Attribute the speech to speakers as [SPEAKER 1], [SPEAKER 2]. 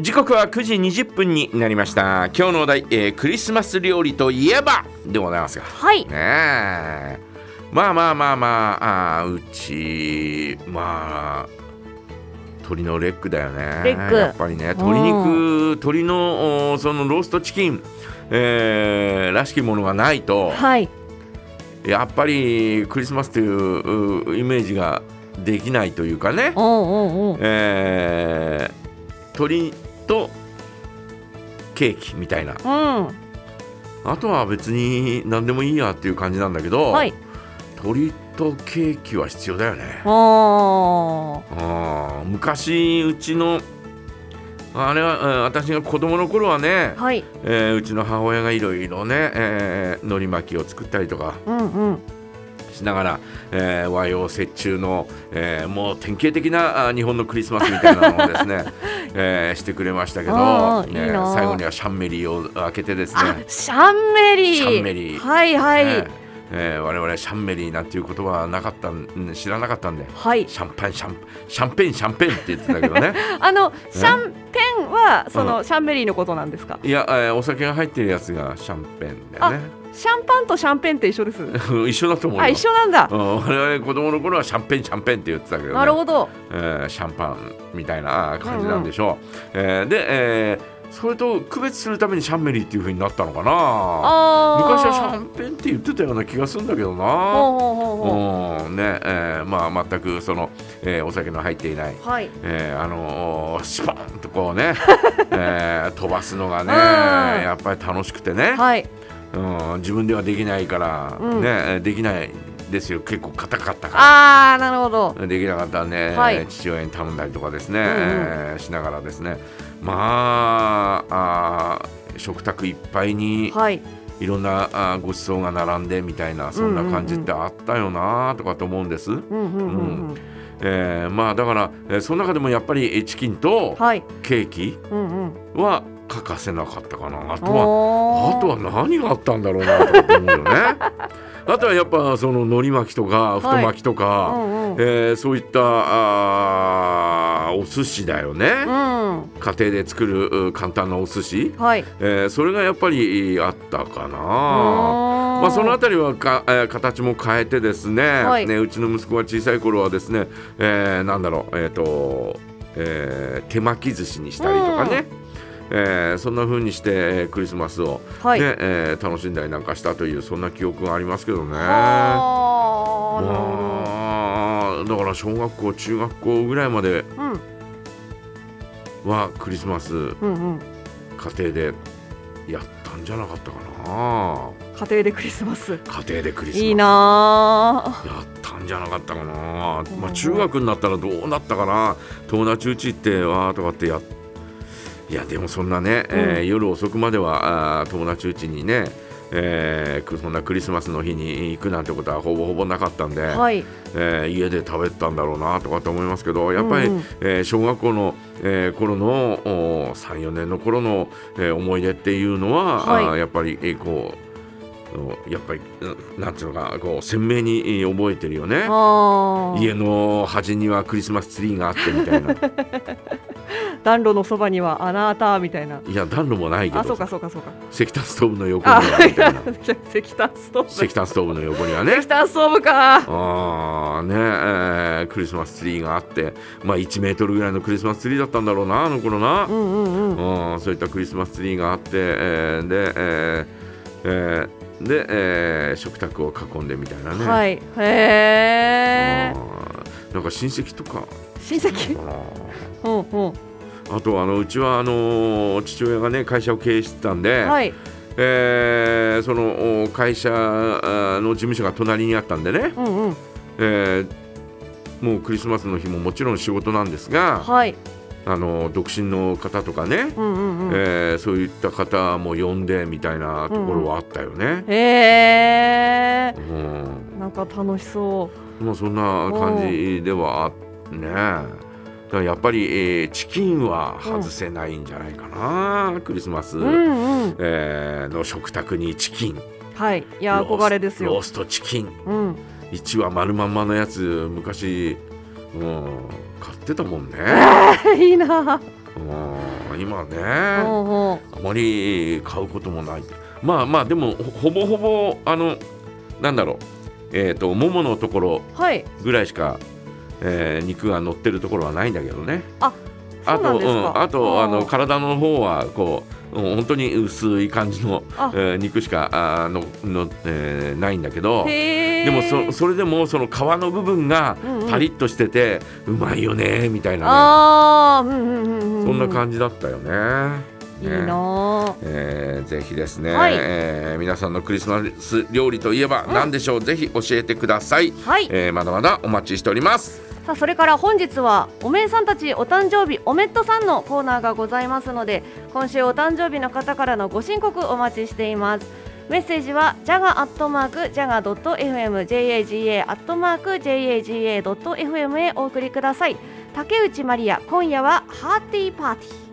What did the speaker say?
[SPEAKER 1] 時刻は9時20分になりました今日のお題、えークリスマス料理といえばでございますが
[SPEAKER 2] はい
[SPEAKER 1] ねえまあまあまあまああーうちまあ鶏のレッグだよね
[SPEAKER 2] レッグ
[SPEAKER 1] やっぱりね鶏肉
[SPEAKER 2] う
[SPEAKER 1] 鶏のおそのローストチキン、えーらしきものがないと
[SPEAKER 2] はい
[SPEAKER 1] やっぱりクリスマスといううイメージができないというかね
[SPEAKER 2] お、おうおうおう
[SPEAKER 1] えー鶏とケーキみたいな
[SPEAKER 2] うん
[SPEAKER 1] あとは別に何でもいいやっていう感じなんだけど、
[SPEAKER 2] はい
[SPEAKER 1] 鶏とケーキは必要だよね
[SPEAKER 2] おー
[SPEAKER 1] あー昔うちのあれは、えー私が子供の頃はね、
[SPEAKER 2] はい
[SPEAKER 1] えーうちの母親がいろいろね、えー、海苔巻きを作ったりとか
[SPEAKER 2] うんうん
[SPEAKER 1] しながら、えー和洋折衷の、えーもう典型的なあ日本のクリスマスみたいなのをです ね、えーしてくれましたけど
[SPEAKER 2] あ、ー
[SPEAKER 1] ね
[SPEAKER 2] いいな
[SPEAKER 1] 最後にはシャンメリーを開けてです
[SPEAKER 2] あ
[SPEAKER 1] ね
[SPEAKER 2] シャンメリー
[SPEAKER 1] シャンメリー
[SPEAKER 2] はいはい、
[SPEAKER 1] ねえー我々シャンメリーなんていう言葉はなかったんうん知らなかったんで
[SPEAKER 2] はい
[SPEAKER 1] シャンパンシャンシャンペンシャンペンって言ってたけど ね
[SPEAKER 2] あのシャンペンはそうのシャンメリーのことなんですか
[SPEAKER 1] いや、えーお酒が入ってるやつがシャンペンだよね
[SPEAKER 2] シャンパンとシャンペンって一緒 です
[SPEAKER 1] 一緒だと思うよ
[SPEAKER 2] あ一緒なんだ
[SPEAKER 1] うん我々子供の頃はシャンペンシャンペンって言ってたけどね
[SPEAKER 2] なるほど
[SPEAKER 1] えーシャンパンみたいな感じなんでしょう、えーで、えーそれと区別するためにシャンメリーっていう風になったのかな
[SPEAKER 2] あー
[SPEAKER 1] 昔はシャンペンって言ってたような気がするんだけどな
[SPEAKER 2] ほうほうほうほう
[SPEAKER 1] うんねえーまあ全くその、えーお酒の入っていない
[SPEAKER 2] はい。
[SPEAKER 1] えーあのースパーンとこう ね、えー飛ばすのがね、
[SPEAKER 2] うん
[SPEAKER 1] やっぱり楽しくてね、
[SPEAKER 2] はい。
[SPEAKER 1] うん、自分ではできないから、
[SPEAKER 2] うん
[SPEAKER 1] ね、できないですよ結構硬かったか
[SPEAKER 2] ああ、なるほど。
[SPEAKER 1] らできなかったらね、
[SPEAKER 2] はい
[SPEAKER 1] 父親に頼んだりとかですね、
[SPEAKER 2] んうん
[SPEAKER 1] えーしながらですねまああー食卓いっぱいに
[SPEAKER 2] はい。
[SPEAKER 1] いろんなあーごちそうが並んでみたいなそんな感じってあったよなとかと思うんです、
[SPEAKER 2] うんうんうんうん。
[SPEAKER 1] えーまあだから、えーその中でもやっぱりえーチキンと
[SPEAKER 2] はい。
[SPEAKER 1] ケーキ
[SPEAKER 2] うんうん。
[SPEAKER 1] は欠かせなかったかなあとは
[SPEAKER 2] おー
[SPEAKER 1] あとは何があったんだろうなとかって思うよ ねあとはやっぱその海苔巻きとか
[SPEAKER 2] い
[SPEAKER 1] 太巻きとか、
[SPEAKER 2] うんうん。
[SPEAKER 1] えーそういったあーお寿司だよね、
[SPEAKER 2] うん。
[SPEAKER 1] 家庭で作るう簡単なお寿司、
[SPEAKER 2] はい。
[SPEAKER 1] えーそれがやっぱりあったかな
[SPEAKER 2] ま
[SPEAKER 1] まあ、そのあたりはか、えー形も変えてですね,、
[SPEAKER 2] はい
[SPEAKER 1] ねうちの息子が小さい頃はですね、えーなんだろう、えーとえー手巻き寿司にしたりとかね、えーそんな風にしてえークリスマスを、
[SPEAKER 2] はい。
[SPEAKER 1] ねえー楽しんだりなんかしたというそんな記憶がありますけどね。
[SPEAKER 2] あーなるほ
[SPEAKER 1] まあだから小学校中学校ぐらいまで
[SPEAKER 2] ど。うん
[SPEAKER 1] はクリスマス家
[SPEAKER 2] うんうん。
[SPEAKER 1] 庭でやったんじゃなかったかな
[SPEAKER 2] 家庭でクリスマス。
[SPEAKER 1] 家庭でクリスマス
[SPEAKER 2] いいな
[SPEAKER 1] やったんじゃなかったかな、
[SPEAKER 2] うん
[SPEAKER 1] まあ、中学になったらどうなったかな友達うち行ってわーとかってやっいやでもそんなね、えー夜遅くまではあー友達うちにね、えーくそんなクリスマスの日に行くなんてことはほぼほぼなかったんで、
[SPEAKER 2] ー。はい。
[SPEAKER 1] えー家で食べてたんだろうなとかと思いますけどやっぱり、
[SPEAKER 2] うんうん
[SPEAKER 1] えー小学校の、えー頃の34年の頃の、えー思い出っていうのは、
[SPEAKER 2] はい
[SPEAKER 1] あーやっぱり、えーこううんやっぱりうんなんていうのかこう鮮明にえー覚えてるよね。
[SPEAKER 2] ああ。
[SPEAKER 1] 家の端にはクリスマスツリーがあってみた いない
[SPEAKER 2] 暖炉のそばにはあなたみたいな。
[SPEAKER 1] や暖炉もないけ
[SPEAKER 2] あ、そ
[SPEAKER 1] ど
[SPEAKER 2] うかそうかそうか。
[SPEAKER 1] 石炭ストーブの横に
[SPEAKER 2] あ、
[SPEAKER 1] はみ
[SPEAKER 2] い
[SPEAKER 1] た
[SPEAKER 2] や
[SPEAKER 1] いな
[SPEAKER 2] 石炭ストーブ。
[SPEAKER 1] 石炭ストーブの横にはね
[SPEAKER 2] 石炭ストーブか。
[SPEAKER 1] あーねえークリスマスツリーがあって、まあ、1メートルぐらいのクリスマスツリーだったんだろうなあの頃な
[SPEAKER 2] う、んうんうん。
[SPEAKER 1] うん、そういったクリスマスツリーがあって、えーで、えーえーで、えー食卓を囲んでみたいなね、
[SPEAKER 2] はい。へえ。
[SPEAKER 1] うんなんか親戚とか
[SPEAKER 2] 親戚。
[SPEAKER 1] かな
[SPEAKER 2] うんうん。
[SPEAKER 1] あとあのうちはあのー父親がね会社を経営してたんで、
[SPEAKER 2] はい。
[SPEAKER 1] えーそのお会社あーの事務所が隣にあったんでね、
[SPEAKER 2] うんうん。
[SPEAKER 1] えーもうクリスマスの日ももちろん仕事なんですが、
[SPEAKER 2] はい。
[SPEAKER 1] あの独身の方とかね、
[SPEAKER 2] うんうんうん。
[SPEAKER 1] えーそういった方も呼んでみたいなところはあったよね。
[SPEAKER 2] へえ
[SPEAKER 1] うん
[SPEAKER 2] なんか楽しそう。
[SPEAKER 1] まあ、そんな感じではあねだからやっぱり、えーチキンは外せないんじゃないかな、クリスマス、
[SPEAKER 2] うんうん。
[SPEAKER 1] えーの食卓にチキン
[SPEAKER 2] はい。いや
[SPEAKER 1] ロース
[SPEAKER 2] 憧れです
[SPEAKER 1] ロ
[SPEAKER 2] よ
[SPEAKER 1] ー。ストチキン
[SPEAKER 2] うん。
[SPEAKER 1] 1羽丸まんまのやつ昔、うん、買ってたもんね。
[SPEAKER 2] いい
[SPEAKER 1] う
[SPEAKER 2] な。
[SPEAKER 1] ん今ねあ
[SPEAKER 2] おうおう
[SPEAKER 1] まり買うこともないまあまあでもほほぼほぼあのなんだろうえっ、ともものところ
[SPEAKER 2] はい
[SPEAKER 1] ぐらいしか、えー肉が乗ってるところはないんだけどね
[SPEAKER 2] あ
[SPEAKER 1] あ
[SPEAKER 2] そうな
[SPEAKER 1] と
[SPEAKER 2] んですか
[SPEAKER 1] ん、あとあ
[SPEAKER 2] あ
[SPEAKER 1] の
[SPEAKER 2] ー
[SPEAKER 1] 体の方はこううん本当に薄い感じの、
[SPEAKER 2] あ
[SPEAKER 1] えー肉しかあーのの、えーないんだけど
[SPEAKER 2] へえ
[SPEAKER 1] でもそそれでもその皮の部分が
[SPEAKER 2] うんうん
[SPEAKER 1] パリッとしてて、うまいよねみたいな、
[SPEAKER 2] ああうんうんうんう
[SPEAKER 1] ね、
[SPEAKER 2] ん
[SPEAKER 1] そんな感じだったよね。
[SPEAKER 2] いい
[SPEAKER 1] ね
[SPEAKER 2] な
[SPEAKER 1] えーぜひですね、
[SPEAKER 2] はい
[SPEAKER 1] えー皆さんのクリスマス料理といえば
[SPEAKER 2] うん
[SPEAKER 1] 何でしょう、ぜひ教えてください、
[SPEAKER 2] あはい
[SPEAKER 1] えーまだまだお待ちしております
[SPEAKER 2] さあそれから本日はおめえさんたちお誕生日おめっとさんのコーナーがございますので今週お誕生日の方からのご申告お待ちしていますメッセージは jaga.fmjaga.jaga.fm へお送りください竹内まりや今夜はハーティーパーティー